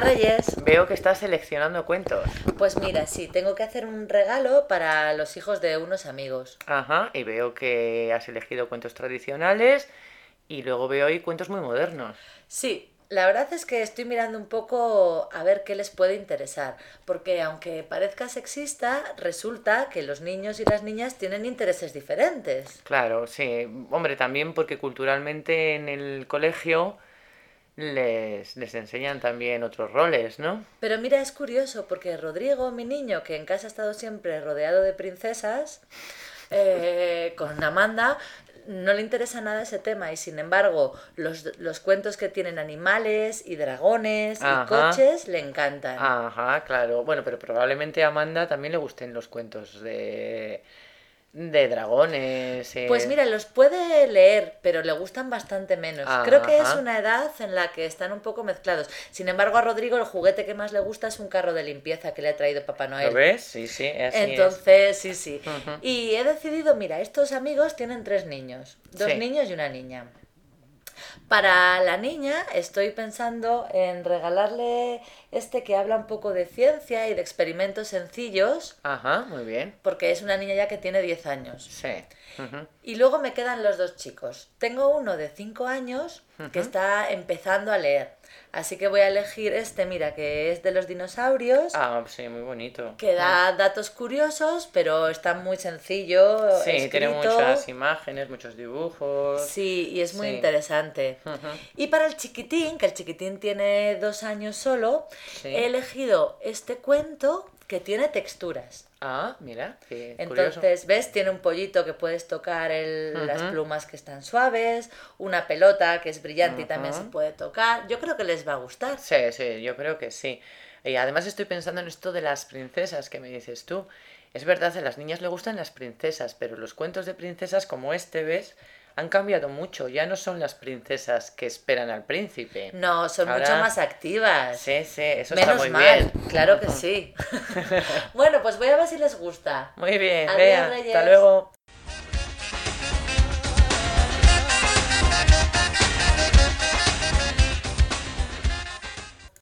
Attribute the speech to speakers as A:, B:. A: Reyes.
B: Veo que estás seleccionando cuentos.
A: Pues mira, sí, tengo que hacer un regalo para los hijos de unos amigos.
B: Ajá, y veo que has elegido cuentos tradicionales y luego veo ahí cuentos muy modernos.
A: Sí, la verdad es que estoy mirando un poco a ver qué les puede interesar, porque aunque parezca sexista, resulta que los niños y las niñas tienen intereses diferentes.
B: Claro, sí. Hombre, también porque culturalmente en el colegio les, les enseñan también otros roles, ¿no?
A: Pero mira, es curioso, porque Rodrigo, mi niño, que en casa ha estado siempre rodeado de princesas, eh, con Amanda, no le interesa nada ese tema y sin embargo los, los cuentos que tienen animales y dragones
B: Ajá. Ah,
A: y coches le encantan.
B: Ajá, claro. Bueno, pero probablemente a Amanda también le gusten los cuentos de, de dragones. eh.
A: Pues mira, los puede leer, pero le gustan bastante menos. Creo que es
B: Ajá.
A: una edad en la que están un poco mezclados. Sin embargo, a Rodrigo el juguete que más le gusta es un carro de limpieza que le ha traído Papá
B: ¿Lo
A: Noel.
B: ves? Sí, sí, así es.
A: Entonces, sí, sí.
B: Ujú.
A: Y he decidido, mira, estos amigos tienen tres niños, dos
B: Sí.
A: niños y una niña. Para la niña estoy pensando en regalarle este que habla un poco de ciencia y de experimentos sencillos,
B: Ajá, muy bien.
A: porque es una niña ya que tiene 10 años.
B: Sí. Ujú.
A: Y luego me quedan los dos chicos. Tengo uno de 5 años que está empezando a leer, así que voy a elegir este, mira, que es de los dinosaurios.
B: Ah, sí, muy bonito.
A: Que da datos curiosos, pero está muy sencillo.
B: Sí, tiene
A: escrito.
B: muchas imágenes, muchos dibujos.
A: Sí, y es muy
B: Sí.
A: interesante.
B: Ujú.
A: Y para el chiquitín, que el chiquitín tiene dos años solo,
B: Sí.
A: he elegido este cuento que tiene texturas.
B: Ah, mira, qué curioso.
A: Entonces, ¿ves? Tiene un pollito que puedes tocar el- las
B: Ujú.
A: plumas que están suaves, una pelota que es brillante y también se
B: Ujú.
A: puede tocar. Yo creo que les va a gustar.
B: Sí, sí, yo creo que sí. Y además estoy pensando en esto de las princesas que me dices tú. Es verdad, a las niñas le gustan las princesas, pero los cuentos de princesas como este, ¿ves? Han cambiado mucho. Ya no son las princesas que esperan al príncipe.
A: No, son mucho
B: Ahora-
A: más activas.
B: Sí, sí, eso está
A: Menos
B: muy
A: mal,
B: bien.
A: claro que sí. bueno, pues voy a ver si les gusta.
B: Muy bien,
A: Adiós,
B: vea.
A: Reyes.
B: Hasta luego.